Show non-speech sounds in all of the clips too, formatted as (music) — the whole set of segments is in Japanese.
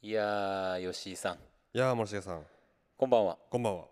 いやー吉井さんいやー森重さんこんばんはこんばんは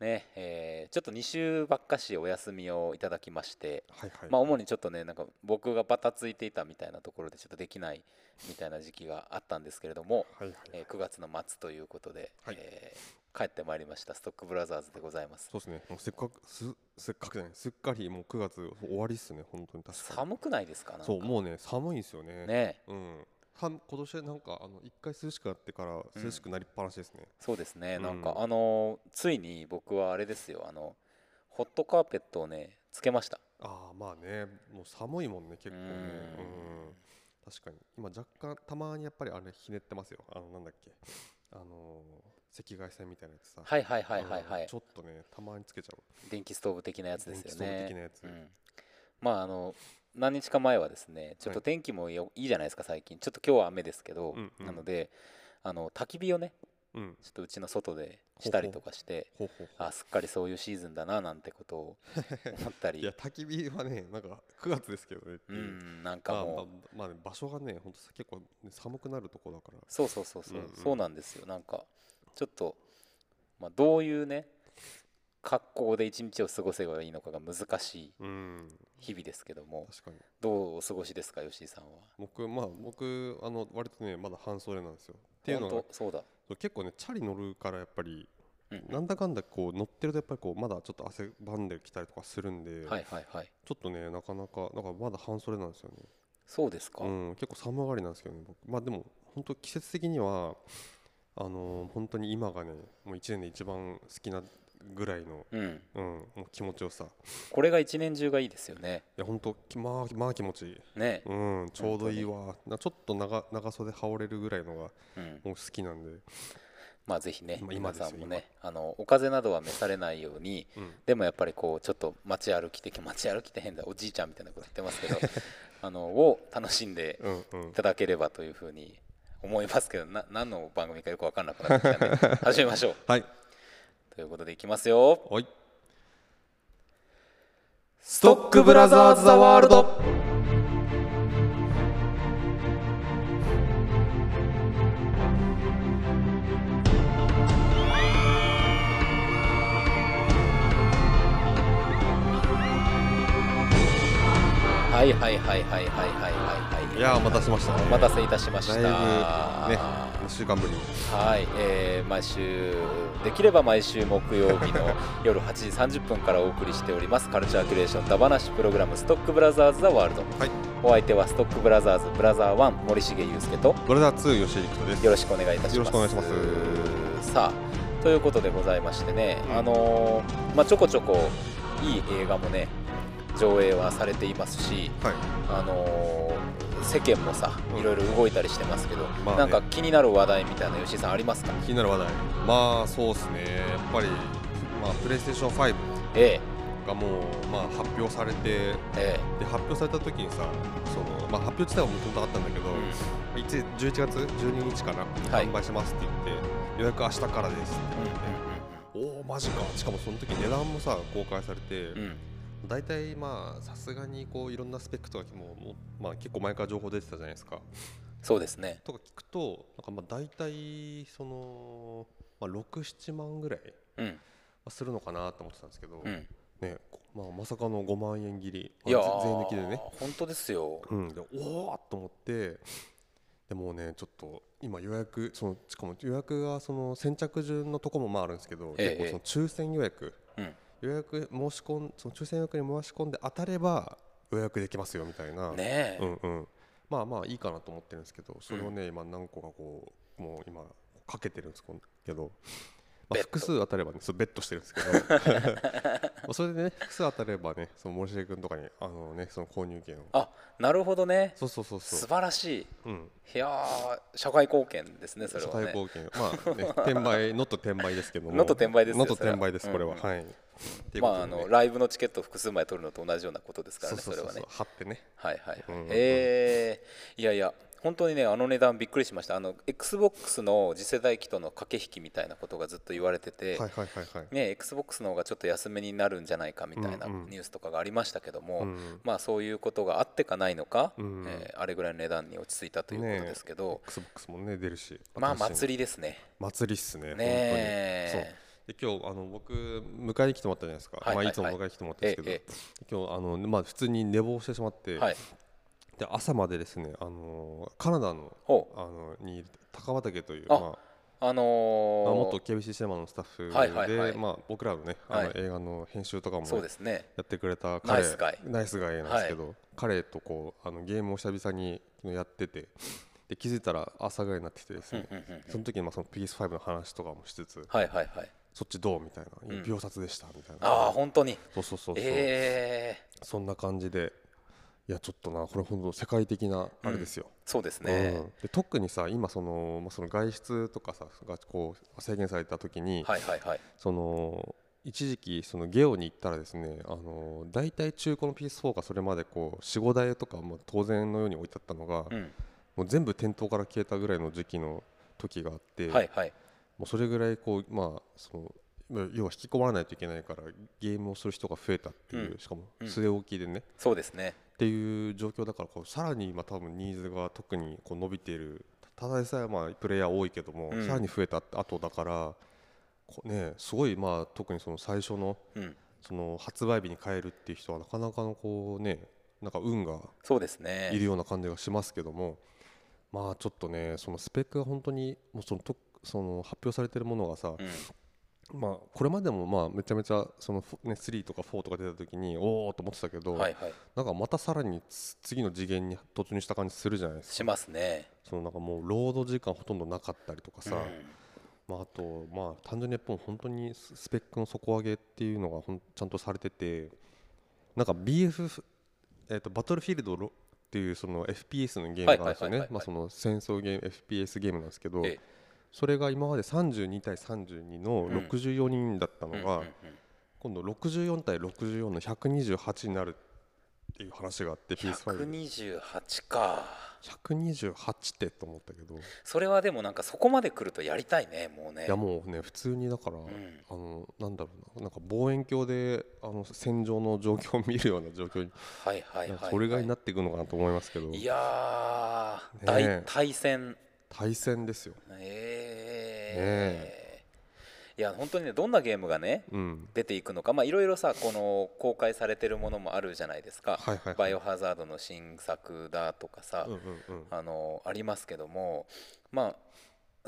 ねえーちょっと2週ばっかしお休みをいただきましてはいはい、まあ主にちょっとねなんか僕がバタついていたみたいなところでちょっとできないみたいな時期があったんですけれども、はいはいえー9月の末ということで、はいえー帰ってまいりましたストックブラザーズでございますそうですねもうせっかくすせっかくじゃないすっかりもう9月終わりっすね本当に確かに寒くないですかなんかそうもうね寒いんですよねねえうんはん今年なんかあの一回涼しくなってから涼しくなりっぱなしですね、そうですね、うんなんかあのーついに僕はあれですよあのホットカーペットをねつけましたああまあねもう寒いもんね結構ねううんん確かに今若干たまにやっぱりあれひねってますよあのなんだっけあのー赤外線みたいなやつさはいはいはいはいはうんいちょっとねたまにつけちゃう電気ストーブ的なやつですよね電気ストーブ的なやつうん、まああの何日か前はですねちょっはとい天気もよいいじゃないですか最近ちょっと今日は雨ですけど、うんうんなのであの焚き火をねうんちょっとうちの外でしたりとかしてほうほうほうあすっかりそういうシーズンだななんてこと (laughs) を思ったいやり焚き火はねなんか9月ですけどねってういう、んなんかまあもう、まあまあね、場所がね本当結構、ね、寒くなるとこだからそうそうそうそう、うんうんそうなんですよなんかちょっと、まあ、どういうね格好で一日を過ごせばいいのかが難しいうん日々ですけども確かにどうお過ごしですか吉井さんは。僕まあ僕あの割とねまだ半袖なんですよっていうの本は当そうだそう結構ねチャリ乗るからやっぱり、うんなんだかんだこう乗ってるとやっぱりこうまだちょっと汗ばんできたりとかするんで、はいはいはいちょっとねなかなかだからまだ半袖なんですよねそうですか、うん、結構寒がりなんですけどね僕まあでも本当季節的にはあのー本当に今がねもう1年で一番好きなぐらいの、うん、うん、もう気持ちよさいこれが一年中がいいですよねや本当きまあまあ気持ちいい、ね、うん、ちょうどいいわなちょっと長長袖羽織れるぐらいのがうん、もう好きなんで、まあぜひねまあ皆今ですよさんもねあのお風邪などは召されないようにうん、でもやっぱりこうちょっと街歩き的街歩きって変だおじいちゃんみたいなこと言ってますけ (laughs) どあのを楽しんでうんうんいただければというふうに思いますけどな何の番組かよく分かんなくなってきたんで (laughs) 始めましょうはいということでいきますよはいストックブラザーズザワールドはいはいはいはいはいはいはいはいいやーお待たせしましたお待たせいたしましただいぶね2週間ぶりにはい、えー毎週できれば毎週木曜日の夜8時30分からお送りしておりますカルチャークリエーションダバナシプログラムストックブラザーズザワールドはいお相手はストックブラザーズブラザー1森重裕介とブラザー2吉井陸人ですよろしくお願いいたしますよろしくお願いしますさあということでございましてね、うんあのーまあちょこちょこいい映画もね上映はされていますしはいあのー世間もさうんいろいろ動いたりしてますけど、まあねなんか気になる話題みたいな吉井さんありますか気になる話題まあそうですねやっぱりまあプレイステーション5えがもうまあ発表されてええで発表された時にさそのまあ発表自体はもともとあったんだけど、一11月12日かな、はい販売しますって言って予約明日からですってえ言っておおマジかしかもその時値段もさ公開されて、うんうんうんうん大体まあさすがにこういろんなスペックとかももうまあ結構前から情報出てたじゃないですかそうですねとか聞くとなんかまあ大体その、まあ、67万ぐらいうんまあするのかなと思ってたんですけど、うんねこまあ、まさかの5万円切りいやまあー税抜きでね、本当ですようん、でおおっと思ってでもうねちょっと今予約そのしかも予約がその先着順のとこもまああるんですけど、ええ結構その抽選予約うん予約申し込んその抽選予約に申し込んで当たれば予約できますよみたいな、ねえうんうん、まあまあいいかなと思ってるんですけどそれをね、今何個かこうもう今かけてるんですけど、まベッドあ、複数当たればねそうベットしてるんですけ (laughs) どまあそれでね複数当たればねその森重君とかにあのねその購入券をあなるほどねそうそうそうそ素う、晴らしうん、いいやー社会貢献ですねそれ初は対ね貢献まあ (laughs) ね転売ノット転売ですけどもノット転売ですよノット転売ですそこれれはは、はいっていうまことああでねのライブのチケットを複数枚取るのと同じようなことですからそうねそそうれそうはそねう貼ってねはいはいはいうんうんうんえーいやいや本当にねあの値段びっくりしましたあの XBOX の次世代機との駆け引きみたいなことがずっと言われてて、はいはいはいはい。ね、XBOX の方がちょっと安めになるんじゃないかみたいなうんうんニュースとかがありましたけども、うんまあ、そういうことがあってかないのか、うんえーあれぐらいの値段に落ち着いたということですけど、 Xbox もね出るし。まあ新しいの祭りですね。祭りっすね。ねえ本当に。そう。で今日あの僕迎えに来てもらったじゃないですか。はいはいはいまあいつも迎えに来てもらったんですけど、ええ今日あのまあ普通に寝坊してしまって、はい、で朝までですねあのカナダのほうあのにいる高畑というあまああのまあ、ー元 KBC シネマのスタッフで、はいはいはいまあ、僕らのねあはのい映画の編集とかもそうやですねってくれたナ彼イスガイナイスガイなんですけど、彼とこうあのゲームを久々にやっててで気づいたら朝ぐらいになってきてですねうんうんうんうんその時にまあその PS5 の話とかもしつつはいはいはいそっちどうみたいな、いやうん秒殺でしたみたいなああ本当にそうそうそうそう、ええそんな感じでいやちょっとなこれ本当世界的なあれですよ、そうですうねん、で特にさ今その,、まあ、その外出とかさがこう制限された時に、はいはいはいその一時期そのゲオに行ったらですねあの大体中古の PS4 がそれまでこう45台とかも当然のように置いてあったのが、うんもう全部店頭から消えたぐらいの時期の時があって、はいはいもうそれぐらいこう、まあ、そのまあ要は引き込まれないといけないからゲームをする人が増えたっていう、うんしかもうん据え置きでね、っそうですねていう状況だからこうさらに今多分ニーズが特にこう伸びているただでさえまあプレイヤー多いけども、うんさらに増えた後だからこう、ね、すごいまあ特にその最初のうんその発売日に変えるっていう人はなかなかのこうねなんか運がそうですねいるような感じがしますけども、まあちょっとねそのスペックが本当にもうそのとその発表されてるものがさ、うんまあこれまでもまあめちゃめちゃその、フォね、3とか4とか出た時におおと思ってたけど、はいはいなんかまたさらにつ次の次元に突入した感じするじゃないですかしますねそのなんかもうロード時間ほとんどなかったりとかうさ、んまあ、あと、まあ、単純にやっぱもう本当にススペックの底上げっていうのがほんちゃんとされててなんか BF、えー、とバトルフィールドロっていうその FPS のゲームなんですよはいはいはいはいはいねまあその戦争ゲーム FPS ゲームなんですけどええそれが今まで32対32のうん64人だったうんのうんがうん今度64対64の128になるっていう話があって128か PS5128 ってと思ったけどいそれはでもなんかそこまで来るとやりたいねもうねやもうね普通にだから。うんあのなんだろうななんか望遠鏡であの戦場の状況を見るような状況に、はいはいなんはかいそれぐらいになはっていくのかなと思いますけど、いいやーねえ大対戦対戦ですよ、ええいや本当にねどんなゲームがねうん、出ていくのかまあいろいろさこの公開されてるものもあるじゃないですか、はいはいはいバイオハザードの新作だとかさ、うんうんうんあのありますけどもまあ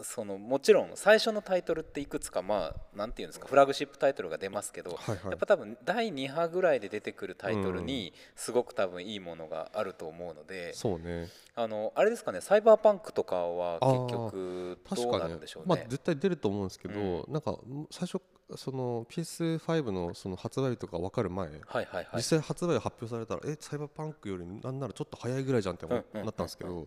そのもちろん最初のタイトルっていくつかまあなんていうんですかフラグシップタイトルが出ますけど、はいはやいっぱ多分第2波ぐらいで出てくるタイトルにすごく多分いいものがあると思うので、そうねあのあれですかねサイバーパンクとかはあー結局確どうかなに、るんでしょうまあね。絶対出ると思うんですけど、なんかん最初その PS5 のその発売日とか分かる前、はいはいはい実際発売が発表されたらえサイバーパンクよりなんならちょっと早いぐらいじゃんって思うんうんなったんですけど、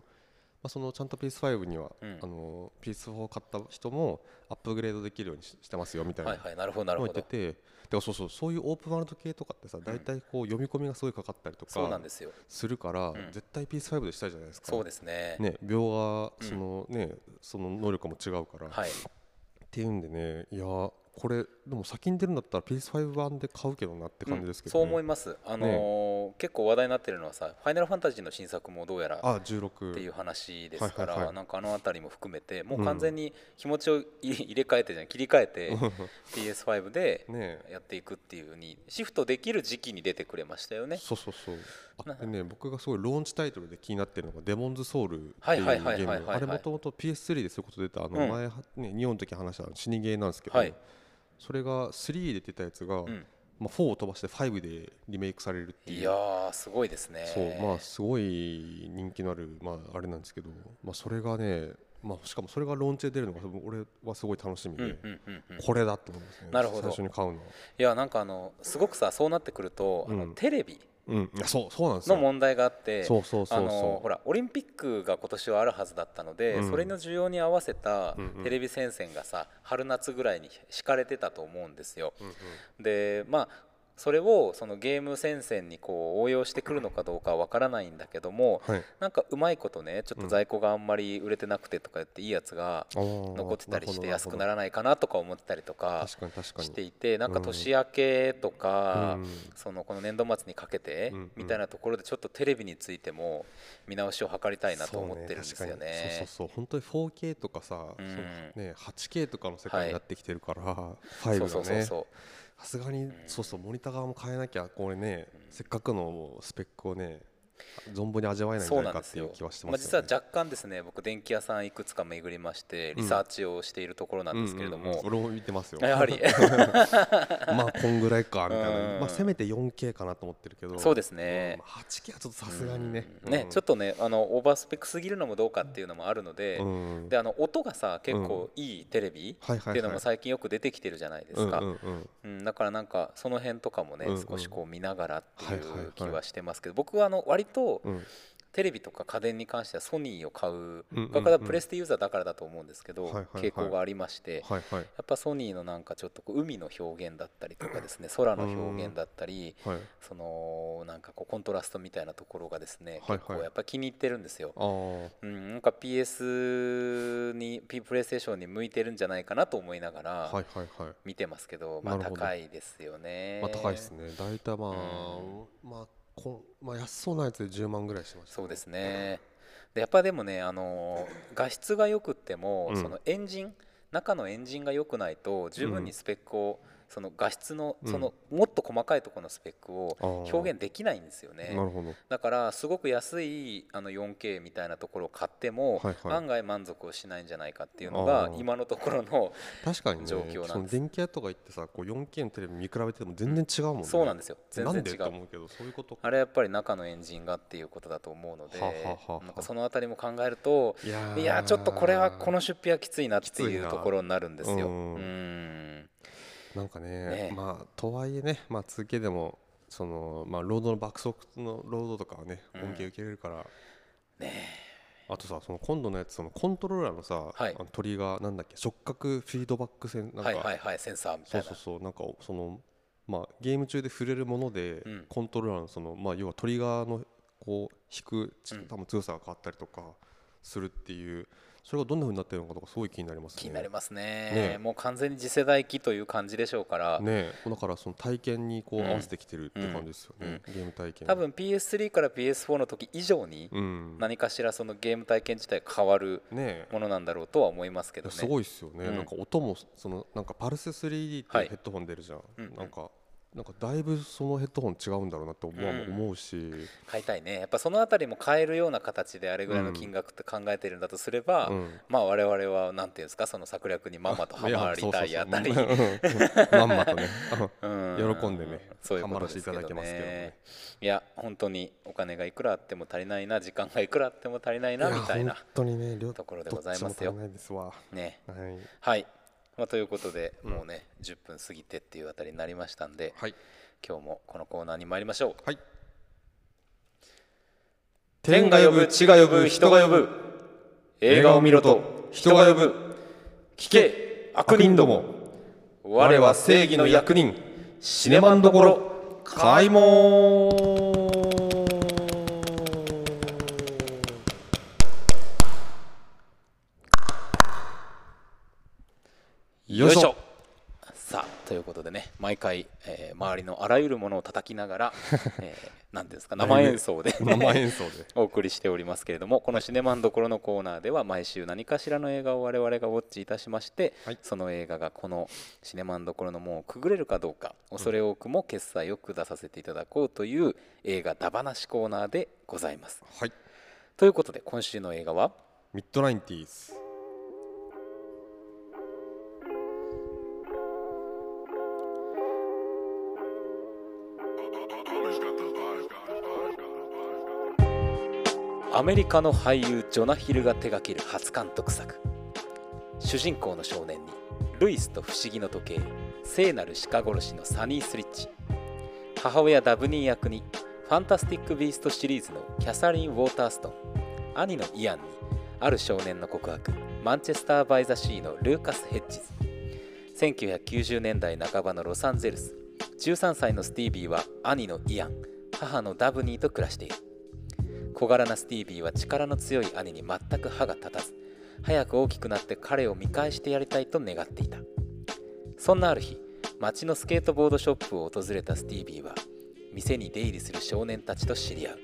まあ、そのちゃんと PS5 には、うんあの PS4 を買った人もアップグレードできるようにししてますよみたいなはいはいなるほどなるもほ言ってどてだからそうそうそういうオープンワールド系とかってさ大体こう読み込みがすごいかかったりとそうなんかですよするからん絶対 PS5 でしたいじゃないですかそうですねね秒がそのねその能力も違うからっはいていうんでねいやーこれでも先に出るんだったら PS5 版で買うけどなって感じですけどそうね思いますあのー結構話題になってるのはさ「ファイナルファンタジー」の新作もどうやらっあ16ていう話ですかはいはいはらいなんかあの辺りも含めてもううん完全に気持ちをい (laughs) 入れ替えてじゃない切り替えて PS5 でねやっていくっていう風にシフトできる時期に出てくれましたよねそうそうそうなあでね僕がすごいローンチタイトルで気になってるのが「デモンズソウル」ってはいいうゲはいはいはいはいームあれもともと PS3 でそういうこと出たあのうん前はね日本の時話した死にゲーなんですけどはいそれが3で出たやつがんまあ4を飛ばして5でリメイクされるっていいやうーすごいですねそうまあすごい人気のあるまああれなんですけどまあそれがねまあしかもそれがローンチで出るのが俺はすごい楽しみうんうでんうんうんこれだと思いますねなるほど最初に買うのは。いやなんかあのすごくさそうなってくるとあうのんテレビうんいやそうそうなんですのよ。問題があってそうそうそうそうあのほらオリンピックが今年はあるはずだったので、うんそれの需要に合わせたうんうんテレビ戦線がさ春夏ぐらいに敷かれてたと思うんですよ。うんうんでまあそれをそのゲーム戦線にこう応用してくるのかどうかはわからないんだけどもはいなんかうまいことねちょっと在庫があんまり売れてなくてとか言っていいやつが残残ってたりして安くなららないかなとか思ってたりとか確かに確かにしていてなんか年明けとかうんそのこの年度末にかけてうんみたいなところでちょっとテレビについても見直しを図りたいなと思ってるんですそようね確かにそうね。そうそう本当に 4K とかさ、うんそのね 8K とかの世は界いになってきてるから、そう5そうがそうねそさすがに、そうそうモニター側も変えなきゃこれね、せっかくのスペックをね存分に味わえうないんじそゃうなないんかでっすていうよ気はしてまあます実はゃ若干ですね僕電気屋さんいくつか巡りましてリサーチをしているところなんですけれども俺も見てますよやは (laughs) りまあこんぐらいかみたいな、うんまあ、せめて 4K かなと思ってるけ (laughs) どそうですねんまあ 8K はちょっとさすがにね、うんねちょっとねあのオーバースペックすぎるのもどうかっていうのもあるので、うんであの音がさ結構いいテレビはいはっいてはいいうのも最近よく出てきてるじゃないですか、ううんうんんうんだからなんかその辺とかもねうんうん少しこう見ながらっていはいはいはうい気はしてますけど僕はあの割とうんテレビとか家電に関してはソニーを買ううんうん僕はプレステユーザーだからだと思うんですけどはいはいはい傾向がありましてはいはいやっぱソニーのなんかちょっとこう海の表現だったりとかですね空の表現だったりはいそのなんかこうコントラストみたいなところがですねはいはい結構やっぱ気に入ってるんですよ。あーうん、なんか PS に P プレイステーションに向いてるんじゃないかなと思いながはらいはいはい見てますけど、まあなるほど高いですよね。まあ高いです。ね大体まあ、まあこんまあ安そうなやつで10万ぐらいしましたそうですね。でやっぱでもねあの画質が良くっても、うんそのエンジン中のエンジンが良くないと十分にスペックを、その画質のうんそのもっと細かいところのスペックあーを表現できないんですよね。なるほどだからすごく安いあの 4K みたいなところを買ってもはいはい案外満足をしないんじゃないかっていうのがあー今のところの確かにね状況なんですその電気屋とか行ってさこう 4K のテレビ見比べても全然違うもんね、そうなんですよ全な然んで違とう思うけどそういうことかあれはやっぱり中のエンジンがっていうことだと思うのではあはあはあなんかそのあたりも考えるといやいやーちょっとこれはこの出費はきついなってきついいうなところになるんですよ。ううんんなんかねねまあとはいえねまあ 2K でもそのまあ労働の爆速の労働とかはねうん恩恵受けれるから、あとさその今度のやつそのコントローラーのさ、はいあのトリガーなんだっけ触覚フィードバック線なんか、はいはいはいセンサーみたそいうなそうそうなんかそのまあゲーム中で触れるもので、うんコントローラーのそのまあ要はトリガーのこう引くちうん多分強さが変わったりとかするっていうそれがどんな風になってるのかとかすごい気になりますね。気になりますねねもう完全に次世代機という感じでしょうから、ねえだからその体験にこううん合わせてきてるって感じですよね、ゲーム体験多分 PS3 から PS4 の時以上にうんね何かしらそのゲーム体験自体変わるえものなんだろうとは思いますけどね。すごいっすよね、うんなんか音もそのなんかパルス 3D ってはいいうヘッドホン出るじゃん、うんうんなんかなんかだいぶそのヘッドホン違うんだろうなと思う,、うん思うし、買いたいねやっぱそのあたりも買えるような形であれぐらいの金額って考えてるんだとすれば、うんまあ我々はなんていうんですかその策略にまんまとハマりたいあたりいやそうそうそうまんまとね (laughs) うん喜んでねそういうハこマとらでせすていただけますけどねいや本当にお金がいくらあっても足りないな時間がいくらあっても足り (laughs) ないなみたいいやな本当にね両ところでございますよどっちも足りないですわ、ねはいはい、まあ、ということで、もうね10分過ぎてっていうあたりになりましたんではい今日もこのコーナーに参りましょうはい天が呼ぶ地が呼ぶ人が呼ぶ映画を見ろと人が呼ぶ聞け悪人ども我は正義の役人シネマンどころ開門よいしょさあということでね毎回、えー周りのあらゆるものを叩きなが (laughs) ら、えー、なんていうんですか生演奏で生演奏で (laughs) お送りしておりますけれどもこの「シネマンどころ」のコーナーでは毎週何かしらの映画を我々がウォッチいたしまして、はいその映画がこの「シネマンどころ」の門をくぐれるかどうか恐れ多くも決済を下させていただこうという映画だばなしコーナーでございます。はいということで今週の映画はミッドナインティーズアメリカの俳優ジョナヒルが手掛ける初監督作主人公の少年にルイスと不思議の時計聖なる鹿殺しのサニー・スリッチ母親ダブニー役にファンタスティック・ビーストシリーズのキャサリン・ウォーターストン兄のイアンにある少年の告白マンチェスター・バイ・ザ・シーのルーカス・ヘッジズ1990年代半ばのロサンゼルス13歳のスティービーは兄のイアン母のダブニーと暮らしている小柄なスティービーは力の強い兄に全く歯が立たず早く大きくなって彼を見返してやりたいと願っていたそんなある日町のスケートボードショップを訪れたスティービーは店に出入りする少年たちと知り合う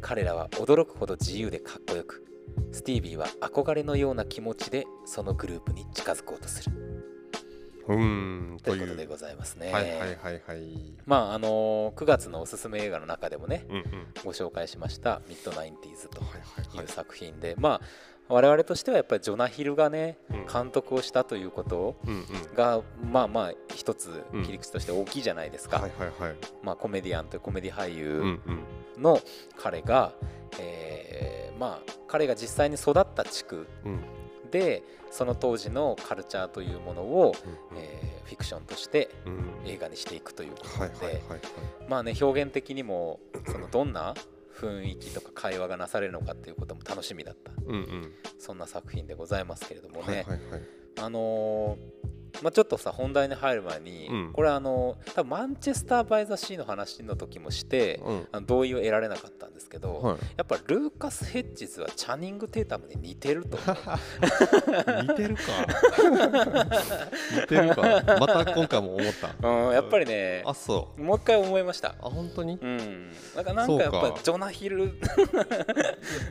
彼らは驚くほど自由でかっこよくスティービーは憧れのような気持ちでそのグループに近づこうとするうーんということでございますね、はいはいはいはいまああの9月のおすすめ映画の中でもねうんうんご紹介しました「ミッドナインティーズ」とはいはいいはいう作品で、まあ我々としてはやっぱりジョナヒルがねうん監督をしたということうんうんがまあまあ一つうん切り口として大きいじゃないですか、はいはいはいまあ、コメディアンというコメディ俳うん優うんの彼が、えーまあ彼が実際に育った地区うんうんでその当時のカルチャーというものを、うんえーフィクションとしてうん映画にしていくということはいで、はいはいはいまあね表現的にもそのどんな雰囲気とか会話がなされるのかっていうことも楽しみだったうんうんそんな作品でございますけれどもね、はいはいはいあのーまあ、ちょっとさ本題に入る前に、うんこれあのー多分マンチェスター・バイ・ザ・シーの話の時もして、うんあの同意を得られなかったんですけど、はいやっぱルーカス・ヘッジズはチャニング・テータムに似てると (laughs) 似て (laughs) るか似てるかまた今回も思ったうんやっぱりねあそうもう一回思いました。あ本当にうん、だからなんかやっそうぱかジョナヒルジ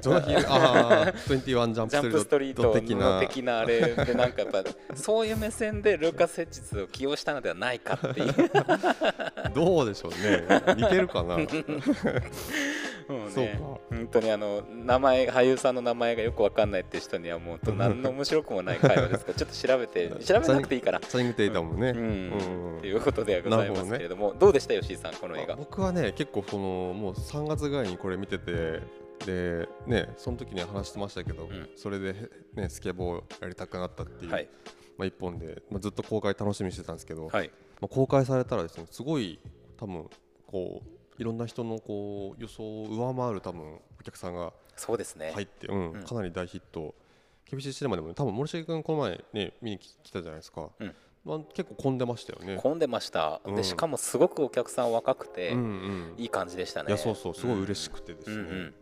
ョナヒルああ21ジャ (laughs) ンジャンププスストトリーリートトの的的なあれでなんかやっぱそういう目線でルーカス・ヘッジズを起用したのではないかっていう、などうでしょうね似てる (laughs) かなもう (laughs) そうねか本当にあの名前俳優さんの名前がよくわかんないって人にはもう (laughs) と何の面白くもない会話ですからちょっと調べて調べなくていいからチャニングテイタムもねうん、うんっていうことではございますけれどもど,、うでした吉井さんこの映あ画僕はね結構そのもう3月ぐらいにこれ見ててでねその時に話してましたけど、んそれでねスケボーやりたくなったっていう、はいまあ、一本で、まあ、ずっと公開楽しみにしてたんですけど、はいまあ、公開されたらですねすごい多分こういろんな人のこう予想を上回る多分お客さんがそうですね、入って、うんうんかなり大ヒット KBC シネマでも、ね、多分森重君この前ね見に来来たじゃないですか、うんまあ、結構混んでましたよね。混んでました、うでんしかもすごくお客さん若くて、うんうんいい感じでしたねいやそうそうすごい嬉しくくてですうんね、うんうん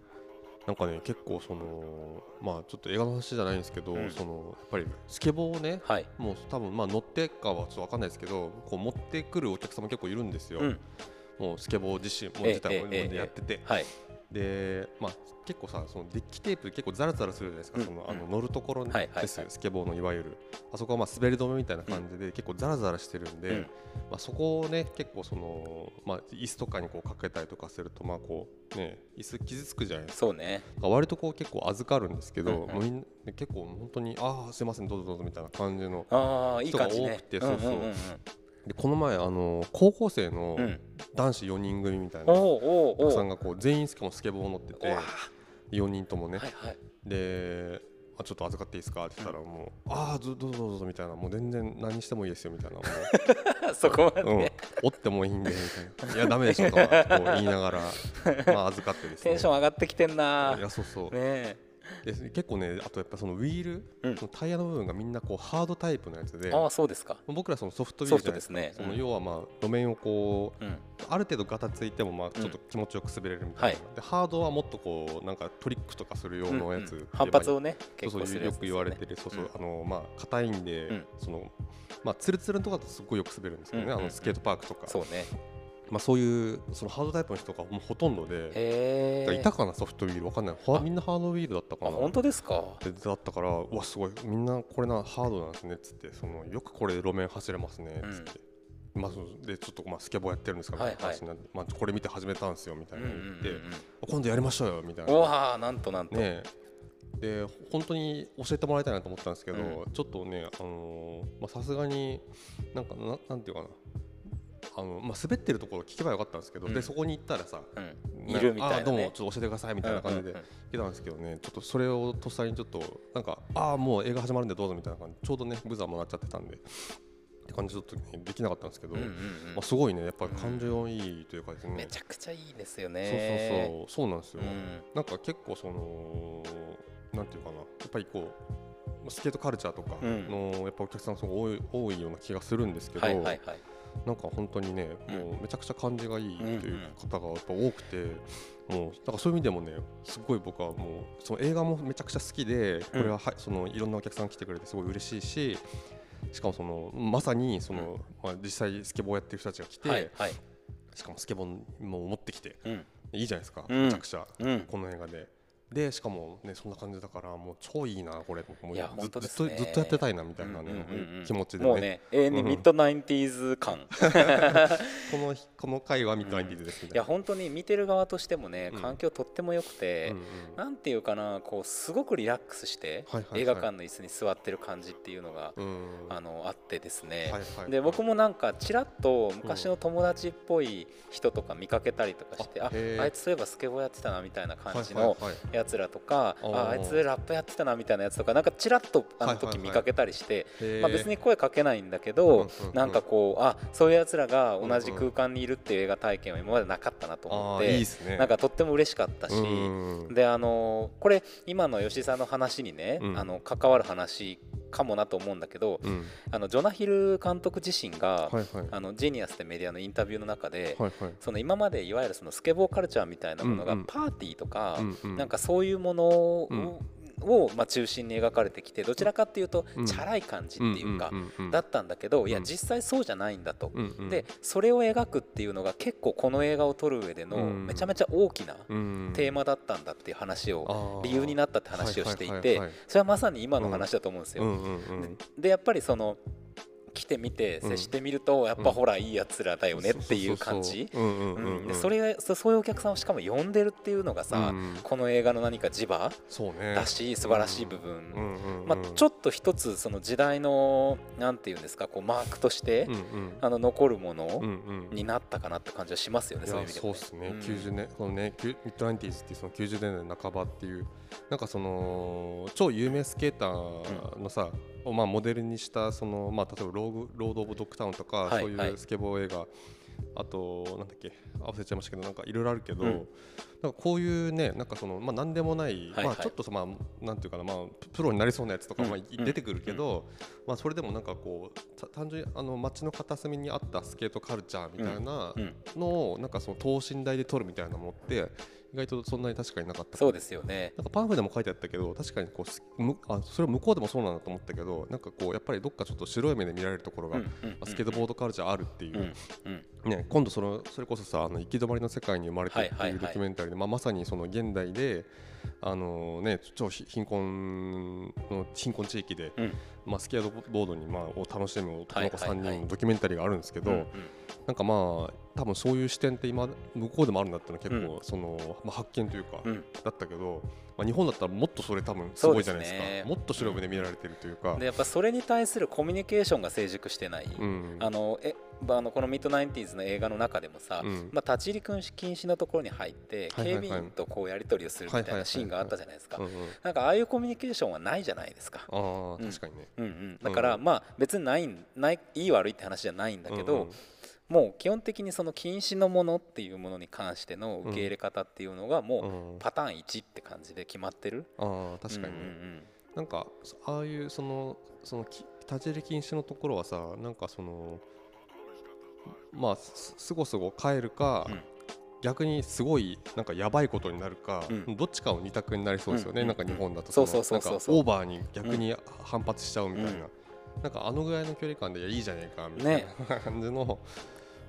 なんかね結構そのまあちょっと映画の話じゃないんですけど、うんそのやっぱりスケボーをねはい、もう多分まあ乗ってかはちょっとわかんないですけどこう持ってくるお客様結構いるんですよ、うんもうスケボー自身もええ自体もええええやってて、はい、でまあ結構さそのデッキテープ結構ザラザラするじゃないですか、うんそのうんあの乗るところはでいすよ、はいはいスケボーのいわゆるあそこはまあ滑り止めみたいな感じで、結構ザラザラしてるんで、うんまあ、そこをね結構その、まあ、椅子とかにこうかけたりとかするとまあこうね椅子傷つくじゃないですかそうね割とこう結構預かるんですけど、うんうんもうみんな結構本当にああすいませんどうぞどうぞみたいな感じのああいい感じ人がね多くてそうそうんんんんでこの前あの高校生のうん男子4人組みたいな、おおおおうお客うさんがこう全員しかもスケボーを乗ってうてわ4人ともね、はいはい (laughs) であちょっと預かっていいですかって言ったらもう、ああどどうぞどうぞみたいなもう全然何してもいいですよみたい (laughs) なもうそこまで、うん、おってもいいんでみたいな「いやダメでしょ」とかこう言いな (laughs) がら、まあ、預かってですねテンション上がってきてんないやそうそう、ねえで結構ねあとやっぱそのウィール、うんそのタイヤの部分がみんなこうハードタイプのやつでああそうですか僕らそのソフトウィーソルフじゃトないでですすかねその要はまあ路面をこううん、うんある程度ガタついてもまあちょっと気持ちよく滑れるみたいな、はでハードはもっとこうなんかトリックとかするようなやつ、うんうん反発をねそう結そう構するやつよく言われてる、そうそう、うんあのまあ硬いんで、うんそのまあツルツルのとかだとすごいよく滑るんですけどうんね、うんうんあのスケートパークとか、そうねまあそういうそのハードタイプの人がもうほとんどで、へだからえいたかなソフトウィールわかんない、ほわあみんなハードウィールだったかあな。本当ですかでだったからうわすごいみんなこれなハードなんですねっつってそのよくこれで路面走れますねっつって、まあ、そうでちょっとまあスケボーやってるんですかみたいな話になって、まあ、これ見て始めたんですよみたういんなうん言って、うん今度やりましょうよみたいうんなうわあなんとなんと、ねえで本当に教えてもらいたいなと思ったんですけど、うちょっとねあのーまあさすがになんかななんていうかなあのまあ、滑ってるところ聞けばよかったんですけど、うんでそこに行ったらさうん、いるみたあいーな、どうもね、ちょっと教えてくださいみたいな感じでうんうん行けたんですけどねちょっとそれをとっさにちょっとなんかああもう映画始まるんでどうぞみたいな感じちょうどねブザーもらっちゃってたんでって感じでちょっと、ね、できなかったんですけど、うんうんうんまあ、すごいねやっぱり感情いいというかですね、めちゃくちゃいいですよそうねそうそうそうなんですよ、んなんか結構そのなんていうかなやっぱりこうスケートカルチャーとかの、やっぱお客さんすごい多い多いような気がするんですけど、はいはいはいなんか本当にね、うんもうめちゃくちゃ感じがいいっていうう方がやっぱ多くて、もうだからそういう意味でもねすごい僕はもうその映画もめちゃくちゃ好きでこれはは、いそのいろんなお客さん来てくれてすごい嬉しいししかもそのまさにその、まあ、実際スケボーやってる人たちが来て、はいはいしかもスケボーも持ってきてうんいいじゃないですか、うんめちゃくちゃ、うんこの映画で。でしかもねそんな感じだからもう超いいなこれもういやず本当ですずっねとずっとやってたいなみたいなうんうね、んうんうん気持ちでもうね永遠にミッドナインティーズ感この日この回はミッドナインティーズですいみたいやな。本当に見てる側としてもねうん環境とっても良くてうんうんなんていうかなこうすごくリラックスしてはいはいはい映画館の椅子に座ってる感じっていうのがうんあのあってですねはいはいで僕もなんかちらっと昔の友達っぽい人とか見かけたりとかしてああへーあいつそういえばスケボーやってたなみたいな感じはいのはいはいやつらとかおあーあいつラップやってたなみたいなやつとかなんかちらっとあのはいはい時はい見かけたりしてへーまあ別に声かけないんだけうんうんどうんなんかこうあそういうやつらが同じ空間にいるっていう映画体験は今までなかったなと思あっーいいでてすね。なんかとっても嬉しかったし。うんであのこれ今の吉井さんの話にね、うんあの関わる話かもなと思うんだけどうんあのジョナヒル監督自身が、はいはいあのジェニアスってメディアのインタビューの中で、はいはいその今までいわゆるそのスケボーカルチャーみたいなものがうんうんパーティーとか、うんうんなんかそういうものを,、うんをまあ、中心に描かれてきてどちらかっていうと、うんチャラい感じっていうか、んんんだったんだけどいやうん実際そうじゃないんだと。うんうんでそれを描くっていうのが結構この映画を撮る上でのうんめちゃめちゃ大きなうんテーマだったんだっていう話をあー理由になったって話をしていはいはいてはいはいそれはまさに今の話だと思うんですうよ。んうんうんでやっぱりその来てみてうん接してみるとやっぱほらいいやつらだよねっていう感じそうそうそううんうんううんんでそれがそそういうお客さんをしかも呼んでるっていうのがさうんこの映画の何か磁場そうねだし素晴らしい部う分。んうんうんまあ、ちょっと一つその時代のなんていうんですかこうマークとしてうんうんあの残るもうのんうんになったかなって感じはしますよねいそういうや意味でそうもっね。すね、うん90年そのねきゅミッドナインティーズっていうその90年代半ばっていうなんかその超有名スケーターのさ、をまあモデルにしたそのまあ例えばローグロードオブドッグタウンとか、はいそういはういスケボー映画、あとなんだっけあ忘れちゃいましたけどなんかいろいろあるけど、うんなんかこういうねなんかそのまあ何でもない、はいはいまあちょっとそまあなんていうかなまあププロになりそうなやつとかうんまあいうん出てくるけど、まあそれでもなんかこうた単純にあの街の片隅にあったスケートカルチャーみたいな、うんのなんかその等身大で撮るみたいなのって意外とそんなに確かになかったそうですよね。なんかパンフでも書いてあったけど確かにこうすむあそれは向こうでもそうなんだと思ったけどなんかこうやっぱりどっかちょっと白い目で見られるところうが、んうんうんスケートボードカルチャーあるっていうう、んうんね、今度そのそれこそさあの行き止まりの世界に生まれてってはいはいはいういドキュメンタリーで、まあ、まさにその現代で。あのね、超ひ貧困の貧困地域で、うんまあ、スケートボードに、まあ、を楽しむ男の子3はいはい人はいのドキュメンタリーがあるんですけど、うんうんなんかまあ多分そういう視点って今向こうでもあるんだっていうのは結う構その、まあ、発見というか、うんだったけど、まあ、日本だったらもっとそれ多分すごいじゃないですかそうですねもっと白い目で見られてるというか。でやっぱそれに対するコミュニケーションが成熟してない、うんあのえまああのこのミッドナインティーズの映画の中でもさ、うんまあ、立ち入り禁止のところに入ってはい警はいはい備員とこうやり取りをするみはいはいたいはいなはいシーンがあったじゃないですかうんうんなんかああいうコミュニケーションはないじゃないですか。あーうん確かにね。うんうん、だから、まあ別にないんないいい悪いって話じゃないんだけど、うんもう基本的にその禁止のものっていうものに関しての受け入れ方っていうのがうもんうパターン1って感じで決まってる、あー確かにね、うんうんなんかそああいうそのそのき立ち入り禁止のところはさなんかそのまあすすごすご帰るか、うん逆にすごいなんかやばいことになるか、うんどっちかを二択になりそうですよね、うんなんか日本だとそうのそうそうそうなんかそうオーバーに逆に反発しちゃうみたいな、うんなんかあのぐらいの距離感でいやいいじゃねえかみたいねな感じの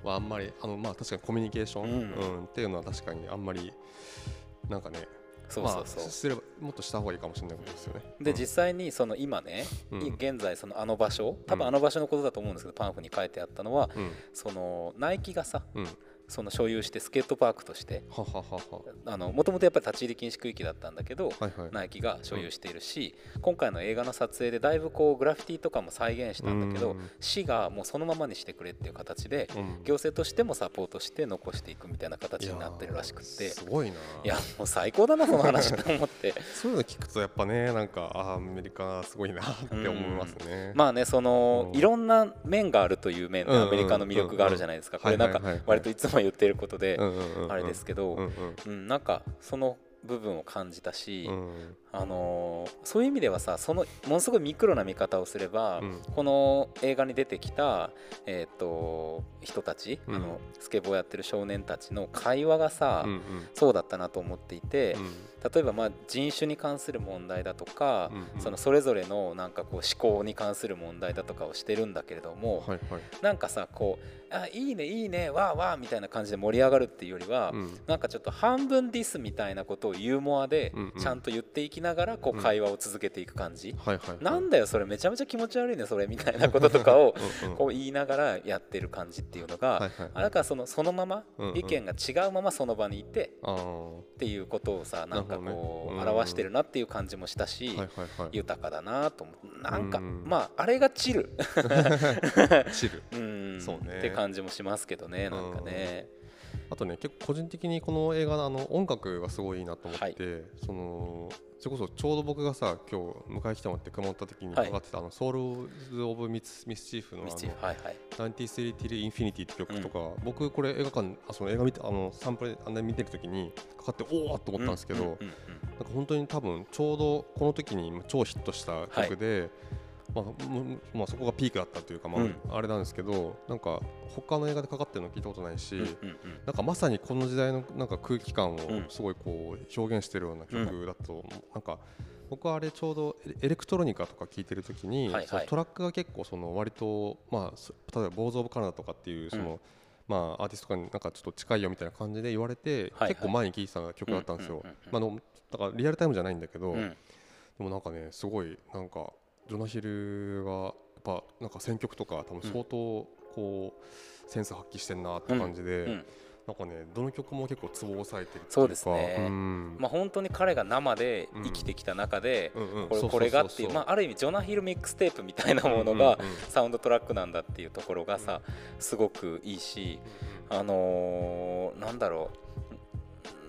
はあんまりあのまあ確かにコミュニケーション、ううんっていうのは確かにあんまりなんかねうん、そうそうそう、まあ、すればもっとした方がいいかもしれないことですよね。でうん実際にその今ね、うんい現在そのあの場所多分あの場所のことだと思うんですけど、パンフに書いてあったのはうんそのナイキがさうん、はその所有してスケートパークとしてはははは。もともとやっぱり立ち入り禁止区域だったんだけど、はいはい。ナイキが所有しているし今回の映画の撮影でだいぶこうグラフィティとかも再現したんだけうどん市がもうそのままにしてくれっていう形でうん行政としてもサポートして残していくみたいな形になってるらしくいてやーすごいな。いやもう最高だなその話と思って。そういうの聞くとやっぱねなんかあーアメリカすごいなって思いますね。まあねそのうんいろんな面があるという面でうんうんアメリカの魅力があるじゃないですかうんこれなんかはいはいはいはい割といつも言ってることでうんうんうんうんあれですけうんどうんうんなんかその部分を感じたしうんあのーそういう意味ではさそのものすごいミクロな見方をすれば、うんこの映画に出てきた、えー、と人たち、うんあのスケボーやってる少年たちの会話がさ、うんうんそうだったなと思っていて、うん例えばまあ人種に関する問題だとか、うんうんそのそれぞれのなんかこう思考に関する問題だとかをしてるんだけれども、はいはいなんかさこう「あいいねいいねわーわー」みたいな感じで盛り上がるっていうよりは、うんなんかちょっと半分ディスみたいなことをユーモアでうんうんちゃんと言っていきながらこううん会話を続けていく感じ、はいはいなんだよそれめちゃめちゃ気持ち悪いねそれみたいなこととかをうんうんこう言いながらやってる感じっていうのが、はいはいあだからそのそのままうんうん意見が違うままその場にいてあーっていうことをさなんかこうなるほどねうん表してるなっていう感じもしたしはいはいはい豊かだなと思うなんかうんまああれがチルチルうんそうねって感じもしますけどねなんかねあとね結構個人的にこの映画のあの音楽がすごいいいなと思って、はいそのそれこそちょうど僕がさ今日迎え来てもらって熊本時にはかいかってた、あのソウル・オブ・ミスミスチーフのあミスチのルはいはい「ナインティスリティリ・インフィニティ」って曲とか、僕これ映画館あその映画見てあのサンプルあんな見てる時にかかっておおっと思ったんですけど、うんうんうんなんか本当に多分ちょうどこの時に超ヒットした曲で、まあむむまあ、そこがピークだったというか、まあうんあれなんですけどなんか他の映画でかかってるの聞いたことないし、うんうんうんなんかまさにこの時代のなんか空気感をんすごいこう表現してるような曲だと、なんか僕はあれちょうどエレエレクトロニカとか聴いてる時に、はいはいそのトラックが結構その割と、まあ、そ例えば「ボーズ・オブ・カナダ」とかっていうその、まあ、アーティストとかになんかちょっと近いよみたいな感じで言われて、はいはい結構前に聴いてた曲だったんですうんようんうんうん。まああのだからリアルタイムじゃないんだけど、うでんもなんかねすごいなんかジョナヒルがやっぱなんか選曲とか多分相当こう、センス発揮してんなって感じで。うんなんかね、どの曲も結構ツボを押さえてるっていかそうですねうんまあ本当に彼が生で生きてきた中でうんうんこそれうこれがっていうまああある意味ジョナヒルミックステープみたいなものがうんうんうんサウンドトラックなんだっていうところがさすごくいいしあのーなんだろ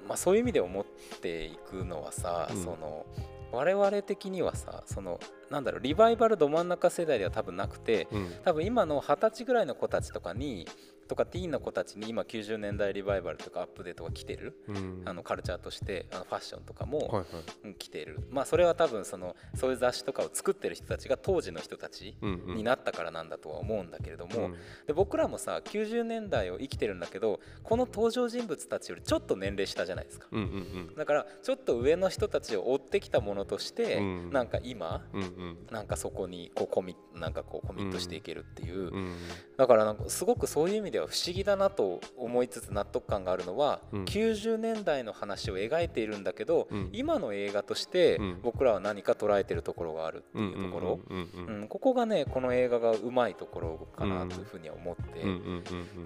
う、まあ、そういう意味で思っていくのはさ、うんその我々的にはさそのなんだろうリバイバルど真ん中世代では多分なくてうんうん多分今の二十歳ぐらいの子たちとかにとかティーンの子たちに今90年代リバイバルとかアップデートが来てる。うんあのカルチャーとしてあのファッションとかも、はいはいうん来てるまあそれは多分そのそういう雑誌とかを作ってる人たちが当時の人たちうんうんになったからなんだとは思うんだけれども、うんで僕らもさ90年代を生きてるんだけどこの登場人物たちよりちょっと年齢下じゃないですかうんうんだからちょっと上の人たちを追ってきたものとして、うんなんか今うんうんなんかそこにこうコミなんかこうコミットしていけるっていう、うんうんだからなんかすごくそういう意味では不思議だなと思いつつ納得感があるのは、うん90年代の話を描いているんだけど、うん今の映画としてうん僕らは何か捉えてるところがあるってうんいうところ、うんうんうんうん、ここがねこの映画がうまいところかなというふうには思って、うんうんうんうん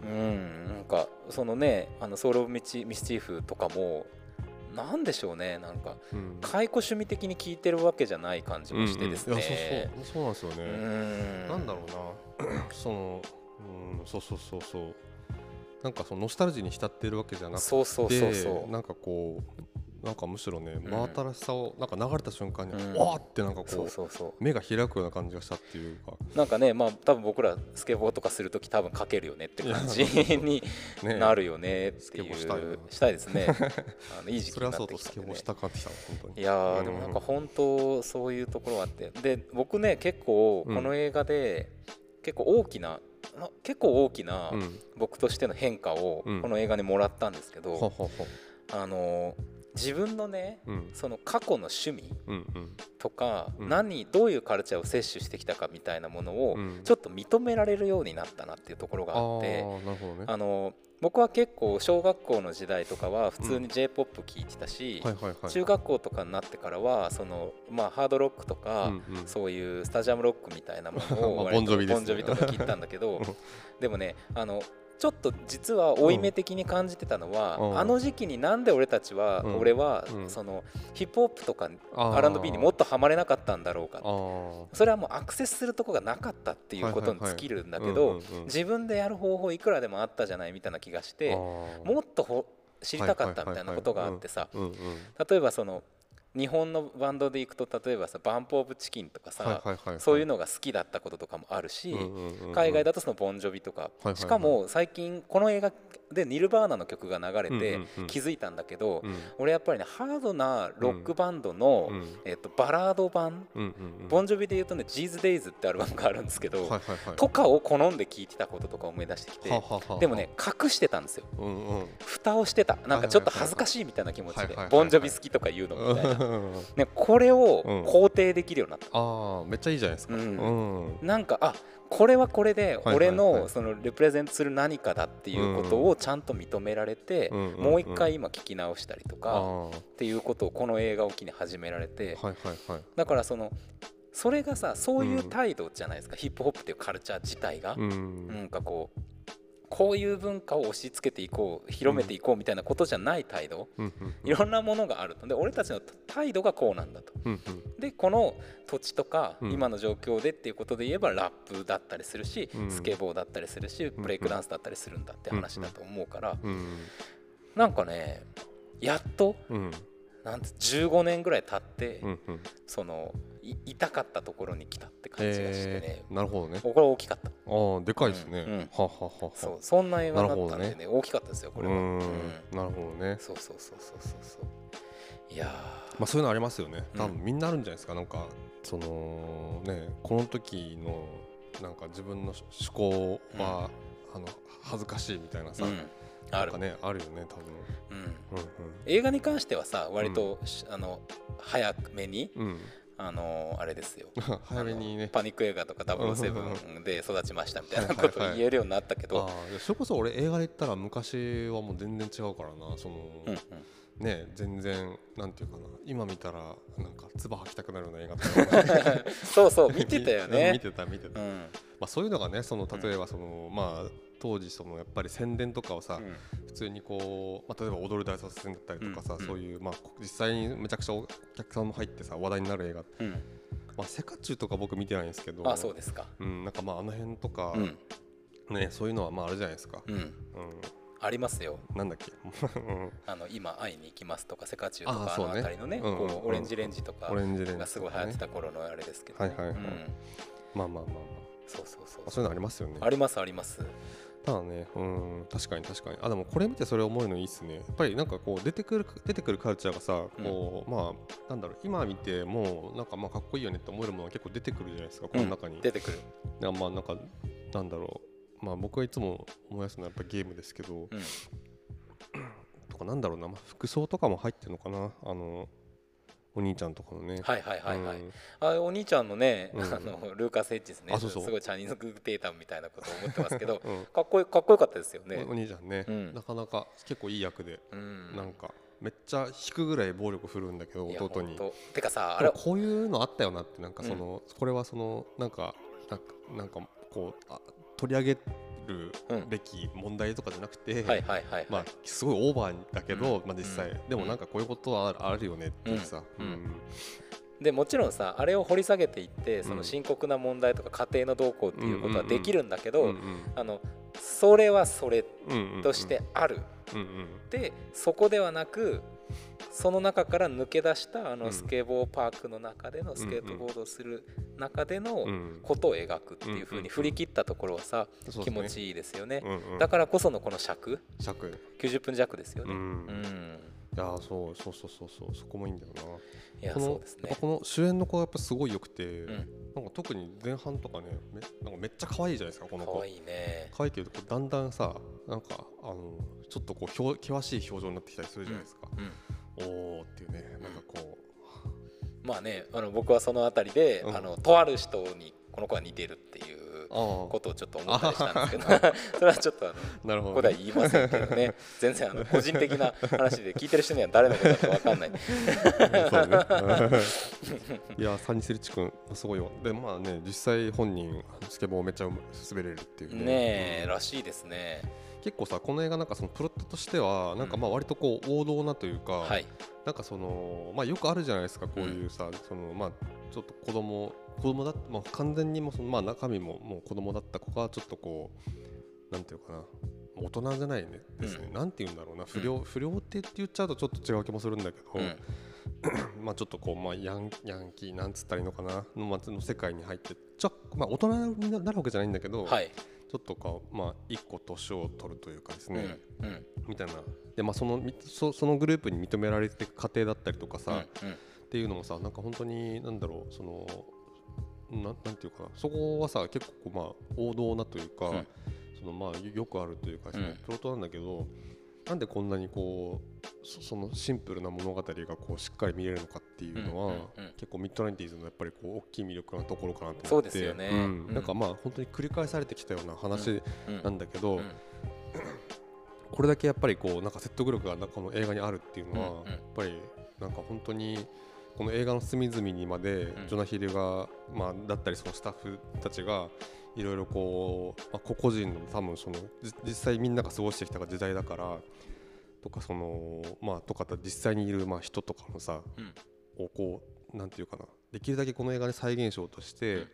うん、なんかそのねあのソウル・オブミチ・ミスチーフとかもなんでしょうねなんかうん解雇趣味的に聴いてるわけじゃない感じもしてですうんうんいやね。そうそうそうなんですようねんなんだろうなそのうんそうそうそうそうなんかそのノスタルジーに浸っているわけじゃなくてそうそうそうそうなんかこうなんかむしろねん真新しさをなんか流れた瞬間にうんわーってなんかそこううそうそ目が開くような感じがしたっていうかうなんかねまあ多分僕らスケボーとかするとき多分かけるよねって感 (laughs) じにねなるよねってスケいうボーしたいなしたいです (laughs) ねあのいい時期そにれはなそうってときスたケんでねボーした感じた本当いにやうーんでもなんか本当そういうところはあってで僕ね結構この映画で結構大きな、あ結構大きなうん僕としての変化をうんこの映画にもらったんですけほうど、ほうほあのー自分のねううんその過去の趣味うんうんとか、うん何どういうカルチャーを摂取してきたかみたいなものをうんちょっと認められるようになったなっていうところがあって。ーなるほどねあのー僕は結構小学校の時代とかは普通に j p o p 聴いてたし、はいはいはい中学校とかになってからはその、まあ、ハードロックとか、うんうんそういうスタジアムロックみたいなもの (laughs) まあを割とボンジョビですねボンジョビとか切ったんだけ (laughs) どうんでもねあのちょっと実は負い目的に感じてたのは、うんあの時期になんで俺たちは、うん俺は、うんそのヒップホップとかあー R&B にもっとハマれなかったんだろうあかーそれはもうアクセスするとこがなかったっていうことに尽きるんだけうんうんどうん自分でやる方法いくらでもあったじゃないみたいな気がしあてーもっとほ知りたかったみたいなことがあってさうんうん例えばその日本のバンドでいくと例えばさバンプ・オブ・チキンとかさ、はいはいはいはいそういうのが好きだったこととかもあるし、海外だだとそのボンジョビとか、いはいはいしかも最近この映画でニルバーナの曲が流れうてんうんうん気づいたんだけど、うん俺やっぱりねハードなロックバンドの、うんえっとバラード版、うんうんうんボンジョビで言うとね「ジーズ・デイズ」ってアルバムがあるんですけど、はいはいはいとかを好んで聴いてたこととか思い出してきて、はあはあはあはあでもね隠してたんですようんうん蓋をしてたなんかちょっと恥ずかしいみたいな気持ちはいはでいはいはいボンジョビ好きとか言うのみたいな、あね、これをうん肯定できるようになった、あめっちゃいいじゃないですかううんんなんかあこれはこれではい俺はいはのいそのレプレゼントする何かだっていうことをちゃんと認められてうんうんもう一回今聞き直したりとあかあはっていうことをこの映画を機に始められいてはいはいだからそのそれがさそういう態度じゃないですかヒップホップっていうカルチャー自体がうなんんかこうこういう文化を押し付けていこう広めていこうみたいなことじゃない態度うんいろんなものがあるとで俺たちの態度がこうなんだとうんうんでこの土地とかうん今の状況でっていうことで言えばラップだったりするし、うんスケボーだったりするしブレイクダンスだったりするんだって話だと思うから、うんなんかねやっとうんなんて15年ぐらい経って、うんうんそのい痛かったところに来たって感じがしてねえ、ーなるほどねこれは大きかったああでかいですうんうんねははははそうそんな映画だったんでなねるほど大きかったですよこれは、うんうんなるほどねそうそうそうそうそうそういやー、まあそういうのありますよねうん多分みんなあるんじゃないですかなんかそのねこの時のなんか自分の思考はあの恥ずかしいみたいなさうんあるなんかねあるよね多分うんう映画に関してはさ割と、しあの早めにんうんうんあのあれですよ (laughs) 早めにあのねパニック映画とか007で育ちましたみたいなことはいはいをはい言えるようになったけあど、あーそれこそ俺映画で言ったら昔はもう全然違うからなその、うんうんね全然なんていうかな今見たらなんか唾吐きたくなるような映画とかそうそう (laughs) 見てたよ (laughs) 見ね。てた見てた、うんまあ、そういうのがねその例えばその、まあ当時そのやっぱり宣伝とかをさ、うん普通にこう、まあ、例えば踊る大作戦だったりとかさ、うんうんそういう、まあ、実際にめちゃくちゃお客さんも入ってさ話題になる映画、うんまあ、セカチュウとか僕見てないんですけどあそうですか。うん、なんかまああの辺とか、うんねそういうのはまああるじゃないですか、うんうん、ありますよ。なんだっけうんあの今会いに行きますとかセカチュウとあかあそうのね辺りのねうんうんうんこうオレンジレンジとかオレンジレンジとかねがすごい流行ってた頃のあれですけどね。はいはいはいうんまあまあまあ、まそうそうそあ、うそういうのありますよねありますあります。ただねうん確かに確かにあでもこれ見てそれ思うのいいっすねやっぱりなんかこう出てくる出てくるカルチャーがさこう、まあなんだろう今見てもなんかまあかっこいいよねって思えるものが結構出てくるじゃないですかこの中に、出てくる。いやまあなんかなんだろうまあ僕はいつも思い出すのはやっぱゲームですけど、うんとかなんだろうな、まあ、服装とかも入ってるのかなあのお兄ちゃんとかのねはいはいはいはい。うんあお兄ちゃんのね、うんあのルーカス・エッジですねあそうそうすごいチャニーズ・グテータンみたいなことを思ってますけど (laughs) うんかっこよかっこよかったですよねおお。兄ちゃんね、うんなかなか結構いい役で、うんなんかめっちゃ引くぐらい暴力振るうんだけどいや弟にほんとてかさあでれもこういうのあったよなってなんかその、これはそのなんかなんかなんかこうあ取り上げるべき問題とかじゃなくはて、いはいはい、はいまあ、すごいオーバーだけど、うんまあ、実際、うんでもなんかこういうことはああるよねっていうさ、ううんんでもちろんさあれを掘り下げていってそうのん深刻な問題とか家庭の動向っていうことはできるんだけど、うんうんあのそれはそれうんうんとしてある、うんうんでそこではなくその中から抜け出したあうのんスケボーパークの中でのスケートボードをする中でのうんことを描くっていう風に振り切ったところはさそうですね気持ちいいですよねうんうんだからこそのこの尺尺90分弱ですようねん、ういんやーそうそうそうそうそうそこもいいんだよないやこのそうですやっねぱこの主演の子はやっぱすごい良くて、うんなんか特に前半とかねめなんかめっちゃ可愛いじゃないですかこの子可愛いね可愛いけどこうだんだんさなんかあのちょっとこう表険しい表情になってきたりするじゃないですか、うんおーっていうねなんかこまあねあの僕はそのあたりでうんあのとある人にこの子は似てるっていうう、ああことをちょっと思ったりしたんですけど (laughs) それはちょっとあのなるこほど、ね、こでは言いませんけどね全然あの個人的な話で聞いてる人には誰のことだか分かんない (laughs) そうね。いやサニスリッチ君すごいよ。でまあね実際本人スケボーめっちゃうま滑れるっていうねえうんらしいですね結構さこの映画なんかそのプロットとしてはなんかまあ割とこう王道なというか、はいなんかそのまあよくあるじゃないですかこういうさ、そのまあちょっと子供子供だまあ完全にもうそのまあ中身ももう子供だった子がちょっとこうなんていうかな大人じゃないねですね、うんなんて言うんだろうな不良、不良って言って言っちゃうとちょっと違う気もするんだけど、うんまあちょっとこう、まあ、ヤンヤンキーなんつったらいいのかなの,、まあ、の世界に入ってちょ、まあ、大人になるわけじゃないんだけど、はい、ちょっとこう、まあ、一個年を取るというかですうんね、うんみたいなで、まあ、そのみそそのグループに認められていく過程だったりとかうさ、んっていうのもさなんか本当になんだろうそのなんなんていうかなそこはさ結構こうまあ王道なというか、うんそのまあよよくあるというか、そうんのプロトなんだけどなんでこんなにこうそそのシンプルな物語がこうしっかり見れるのかっていうのは、うんうんうん結構ミッドナインティーズのやっぱりこう大きい魅力なところかなと思ってそうですよねうんうんなんかまあ本当に繰り返されてきたような話うんうんなんだけど、うんこれだけやっぱりこうなんか説得力がなんかこの映画にあるっていうのは、うんうんやっぱりなんか本当にこの映画の隅々にまでんジョナヒルが、まあ、だったりそのスタッフたちがいろいろこう、まあ、個々人の多分そのじ実際みんなが過ごしてきた時代だからとかそのまあとか実際にいるまあ人とかのさうんをこうなんていうかなできるだけこの映画で再現象として、うん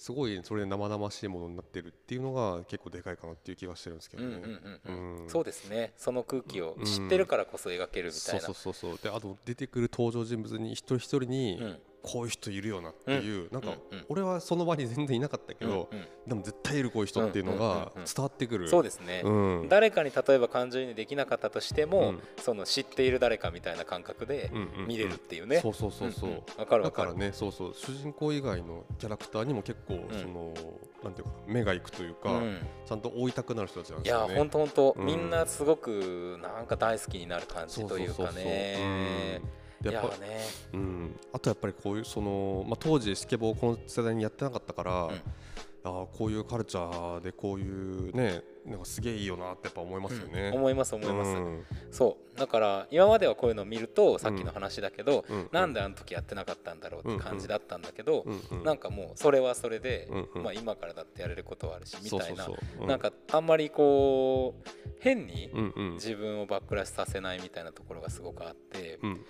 すごいそれで生々しいものになってるっていうのが結構でかいかなっていう気がしてるんですけうどんね。うんうんううんんそうですねその空気を知ってるからこそ描けるみたそいうなそうそうそうであと出てくる登場人物に一人一人に、うんこういう人いるよなっていう、なんか、うんうん俺はその場に全然いなかったけど、うんうんでも絶対いるこういう人っていうのうんうんうんがうん伝わってくる、そうですね、うん誰かに例えば感情移入できなかったとしても、うんその知っている誰かみたいな感覚でうんうんうん見れるっていうねそうそうそうそう、うんうんわかるわだかかるらねそうそう主人公以外のキャラクターにも結構、うんそのなんていうかな目がいくというか、うんちゃんと追いたくなる人たちなんいですやよね本当本当うんみんなすごくなんか大好きになる感じそうとそういそううそうかねうんいでややっぱねうん、あとやっぱりこういうその、まあ、当時スケボーをこの世代にやってなかったから、んああこういうカルチャーでこういうねなんかすげえいいよなってやっぱ思いますよね。思います思います、うんそうだから今まではこういうのを見るとさっきの話だけど、うんうんなんであの時やってなかったんだろうって感じだったんだけど、うんうんなんかもうそれはそれで、うんうんまあ、今からだってやれることはあるしみたそういなそうそううなんかあんまりこう変にうんうん自分をバックラッシュさせないみたいなところがすごくあって、うんうん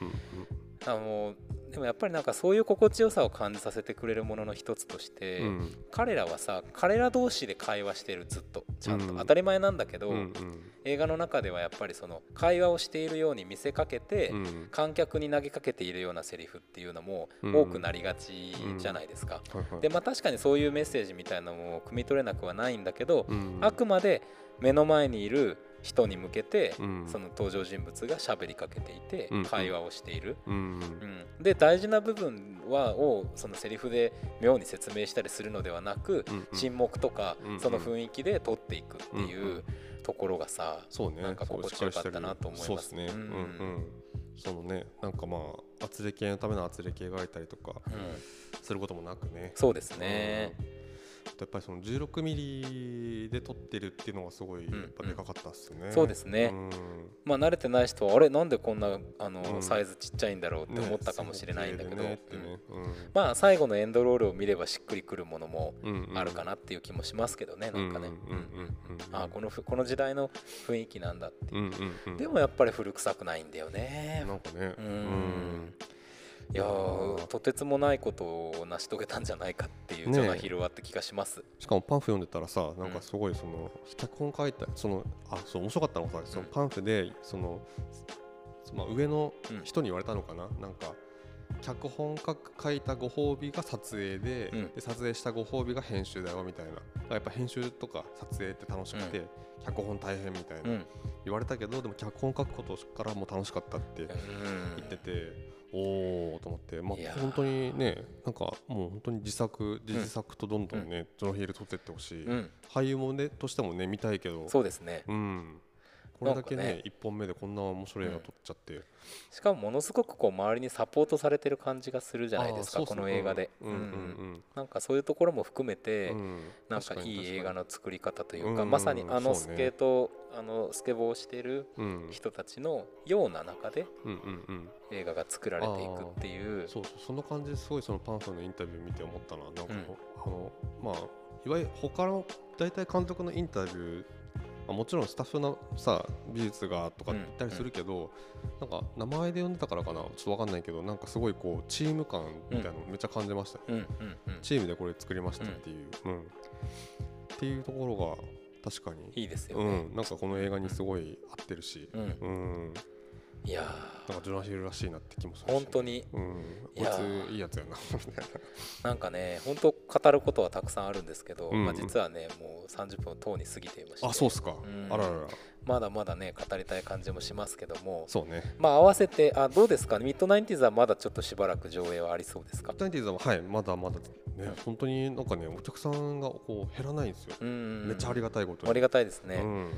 あのでもやっぱりなんかそういう心地よさを感じさせてくれるものの一つとして、うんうん彼らはさ彼ら同士で会話してるずっとちゃんと、うん当たり前なんだけど、うん映画の中ではやっぱりその会話をしているように見せかけて、うんうん観客に投げかけているようなセリフっていうのもうん多くなりがちじゃないですか。はいはいでまあ、確かにそういうメッセージみたいなのも汲み取れなくはないんだけど、うんあくまで目の前にいる人に向けて、うんその登場人物が喋りかけていて、うん会話をしている、うんうん、で大事な部分はをそのセリフで妙に説明したりするのではなく、うんうん沈黙とか、うんうんその雰囲気で撮っていくっていんううところがさ、そうねなんか心地よかったなと思いますそうですねううんんうんそのねなんかまあ圧力系のための圧力描いたりとかうんすることもなくねそうですね、あとやっぱりその16ミリで撮ってるっていうのがすごいやんうんっぱでかかったっすね、そうですねうんまあ慣れてない人はあれなんでこんなあの、うんサイズちっちゃいんだろうってね思ったかもしれないんだけど、そう綺麗でねってうんねまあ最後のエンドロールを見ればしっくりくるものもうんうんうんあるかなっていう気もしますけどね、なんかね、うんうんうんうんうんああこのふこの時代の雰囲気なんだって、うんうんうんでもやっぱり古臭くないんだよねなんかねううんん、いやーとてつもないことを成し遂げたんじゃないかっていうねジえョナヒルはって気がします、しかもパンフ読んでたらさなんかすごいその、脚本書いたそのあそう面白かったのがさそのパンフでその、まあ、上の人に言われたのかな、なんか脚本書く書いたご褒美が撮影で,、うんで撮影したご褒美が編集だよみたいなだからやっぱ編集とか撮影って楽しくて、脚本大変みたいな、うん言われたけどでも脚本書くことからも楽しかったって言ってて、おおと思って、まいやあ、ー本当にねなんかもう本当に自作うん自作とどんどんね、ジョナヒール撮ってってほしい、うん俳優もねとしてもね見たいけどそうですねうん、これだけなんかねね一本目でこんな面白い映画撮っちゃって、しかもものすごくこう周りにサポートされてる感じがするじゃないですかあーこそうそのう映画で、うんうんうんうんなんかそういうところも含めて、うんなんかいい映画な、の作り方といううんかうんまさにあのスそうねケート、あのスケボーをしてるうん、人たちのような中でうんうんうん映画が作られていくっていうそうそうその感じですごいそのパンフのインタビュー見て思ったななんかこう、うんあのまあいわゆる他の大体監督のインタビューまあもちろんスタッフのさ美術がとかって言ったりするけど、なんか名前で呼んでたからかなちょっとわかんないけどなんかすごいこうチーム感みたいなのめっちゃ感じましたね、うんうんうんチームでこれ作りましたっていう、うんっていうところが確かにいいですようね。ん、なんかこの映画にすごい合ってるし、うんうんいやなんかジョナヒルらしいなって気もするし本当にうん、いこいやついいやつやなみたいななんかね本当語ることはたくさんあるんですけど、うんまあ、実はねもう30分をとうに過ぎていましてあそうっすか、んあらららまだまだね語りたい感じもしますけどもそうねまあ合わせてあどうですかねミッドナインティーズはまだちょっとしばらく上映はありそうですかカプテンティーズははいまだまだね本当になんかねお客さんがこう減らないんですよ、うんめっちゃありがたいことにありがたいですね、うん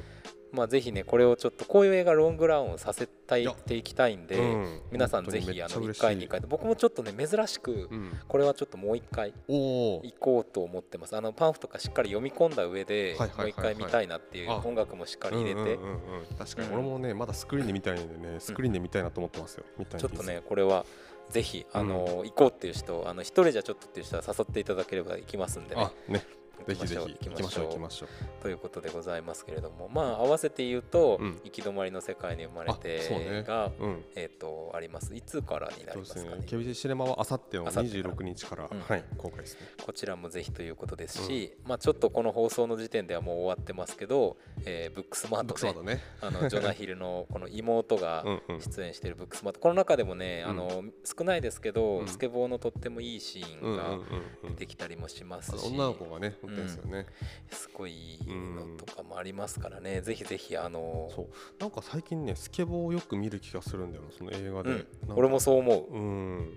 まあぜひねこれをちょっとこういう映画ロングランをさせたいいやていきたいんで、うん皆さんぜ本当にひめあっちゃの嬉し1い回2回で僕もちょっとね珍しくうん、これはちょっともう1回おお行こうと思ってますあのパンフとかしっかり読み込んだ上でもはういはいはいはい1回見たいなっていうあ音楽もしっかり入れて、うんうんうんうん確かにうん俺もねまだスクリーンで見たいんでねスクリーンで見たいなと思ってますよ、みたいちょっとねこれはぜひあの、行こうっていう人あの一人じゃちょっとっていう人は誘っていただければ行きますんでねあね行きましぜひぜょうひ行きましょう行きましょうということでございますけれどもまあ合わせて言うと、うん行き止まりの世界に生まれあそうてねが、うんえっ、とありますいつからになりまそうですすかねね KBC シネマはあさっての明後日から26日からうんはい公開ですねこちらもぜひということですし、まあちょっとこの放送の時点ではもう終わってますけど、えーブックスマー僕トそうねだねあのジョナヒルのこの妹がうんうん出演しているブックスマートこの中でもね、うんあの少ないですけど、うんスケボーのとってもいいシーうんンうんうんがう出んてきたりもしますあのし、女の子がね売ってるんですよねすごいのとかもありますからね、ぜひぜひあのそうなんか最近ねスケボーをよく見る気がするんだよなその映画うでんなんか俺もそう思う、うん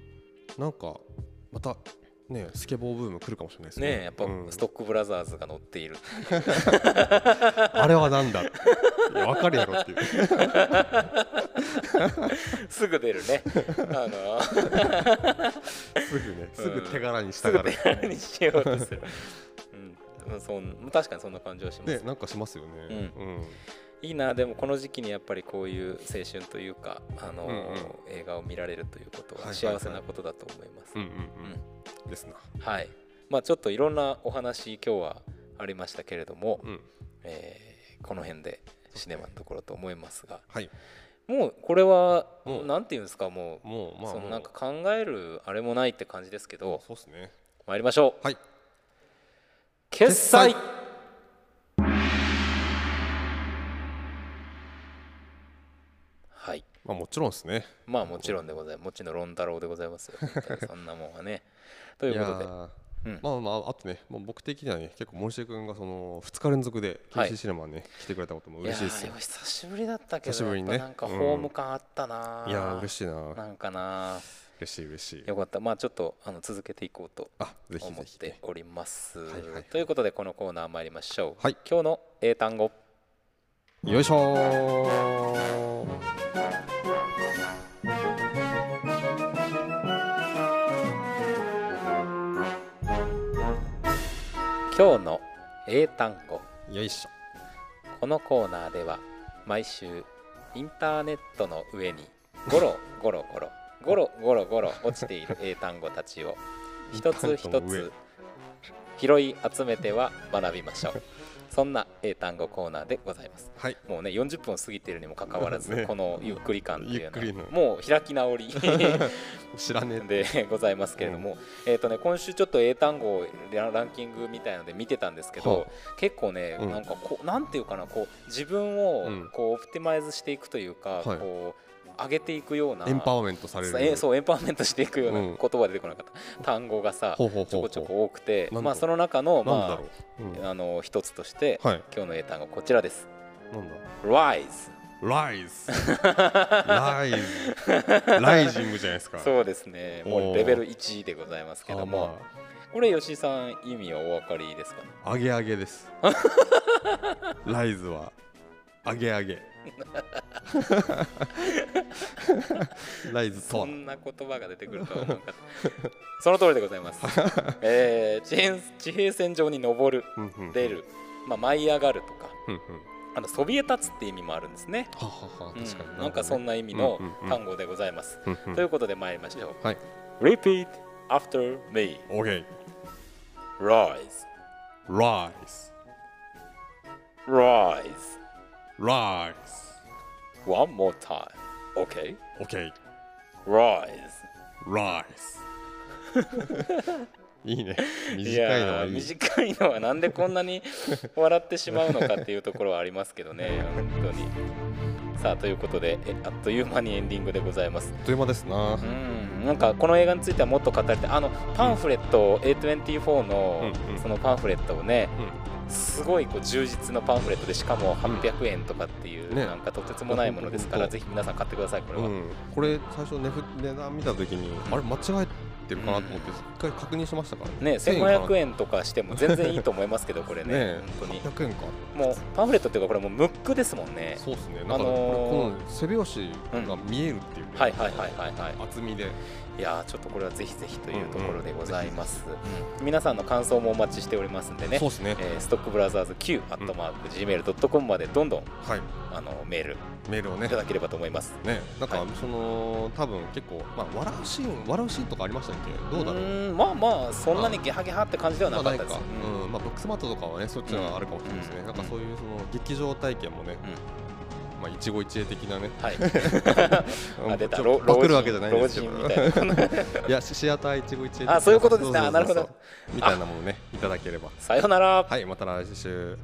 なんかまたねスケボーブーム来るかもしれないですねねえやっぱうんストックブラザーズが乗っている、 (laughs) あれはなんだいやわかるやろっていうすぐ出るねあ (laughs) のすぐね、うんすぐ手柄にしたすがぐる手。軽にしようとする、うん、そん確かにそんな感じはします、ね、なんかしますよね。うん。いいなでもこの時期にやっぱりこういう青春というか、あのーうんうん映画を見られるということはいはいははい幸せなことだと思いますうんうんううん。ですな。はいまあちょっといろんなお話今日はありましたけれども、うん。えーこの辺でシネマのところと思いますがはい。もうこれはもうなんていうんですかもうもうまあそものうなんか考えるあれもないって感じですけどそうですね。参りましょうはい。決済決はいまあもちろんですね。まあもちろんでございますもちろんロン太郎でございますよそんなもんはねと (laughs) いいうやことでーうんまあまああとね、もう僕的にはね、結構森重君がその二日連続ではい KC シネマにね来てくれたことも嬉しいですやよー。久しぶりだったけど久しぶりにやねっぱなんかホーム感あったな、いやー嬉ししいな。なんかな嬉しい嬉しい。よかったまあちょっとあの続けていこうとあ、ぜひ思ぜっひねて。おります、いはいということでこのコーナー参りましょう、はい今日の英単語よいしょー今日の英単語よいしょ。このコーナーでは毎週インターネットの上にゴロ (laughs) ゴロゴロゴロゴロゴロ落ちている英単語たち (laughs) を一つ一つ拾い集めては学びましょうそんな英単語コーナーでございますはい。もうね40分を過ぎているにもかかわらず、 (laughs) ねこのゆっくり感っていうゆっくりのはのもう開き直り知らねえって。でございますけれども、えーとね、今週ちょっと英単語をラランキングみたいので見てたんですけど、は結構ね、うんなんかこうなんていうかなこう自分をうんこうオプティマイズしていくというか、はいこう上げていくようなエンパワーメントされる。えそうエンパワーメントしていくようなう言ん葉が出てこなかった、単語がさほうほうほうほうちょこちょこ多くてなんだろうまあ、その中の,、なんだまろう。うんあ、あの一つとして、はい。今日の英単語こちらですなんだ。 Rise (laughs) ライズライズライジングじゃないですかそうですねもおうーレベル1でございますけあどまも、これ吉井さん意味はお分かりですかねあ、上げ上げです (laughs) ライズは上 (laughs) げ上げライズとそはんな言葉が出てくるとは思うかった (laughs) その通りでござい (laughs) ます、えー地平地平線上に登るうんうん出る、まあ、舞い上がるとかうんうんあのそびえ立つって意味もあるんですね、はははうん確かになんかそんな意味のうんうんうん単語でございます、うんうんということで参りましょはい。う Repeat after me オーケー。 Rise ライズ。 Rise ライズ。 One more time OK オーケー。 Rise ライズ。いいね。 (laughs) い短いのやはーいい。短いのはなんでこんなに笑ってしまうのかっていうところはありますけどね本当にさあということでえあっという間にエンディングでございますあっという間ですなう。んなんかこの映画についてはもっと語りたいあのパンフレット A24 のうんうんそのパンフレットをねうんすごいこう充実のパンフレットでしかも800円とかっていうねなんかとてつもないものですからほんとぜひ皆さん買ってくださいこれはうん、これ最初値ふ値段見た時にあれ間違えてるかなと思ってうん一回確認しましたからね円か1500円とかしても全然いいと思いますけどこれなねねえ本当に800円かもうパンフレットっていうかこれもうムックですもんねそうですねなんあかねこれのーこの背表紙が見えるっていうね、はいはいはいはいはい厚みでいやーちょっとこれはぜひぜひというところでございます、うん皆さんの感想もお待ちしておりますんでねそうですね、えーストックブラザーズ Q アットマーク Gmail.com までどんどんはいあのメールメールをねいただければと思いますねなんかはいその、多分結構まあ笑うシーン笑うシーンとかありましたっけどうだろうーんまあまあそんなにゲハゲハって感じではまなあかっないたです、か、うんまあ、ブックスマートとかはねそっちがあるかもしれないですね、うんなんかそういうその劇場体験もね、まあ一期一会的なね、はい (laughs) あ出た (laughs) ちょっとパクるわけじゃないん老ですけ人どみたいなこの (laughs) いや、シシアター一期一会あそういうことですねそそそあなるほどみたいなものね、いただければ。さよならはい、また来週。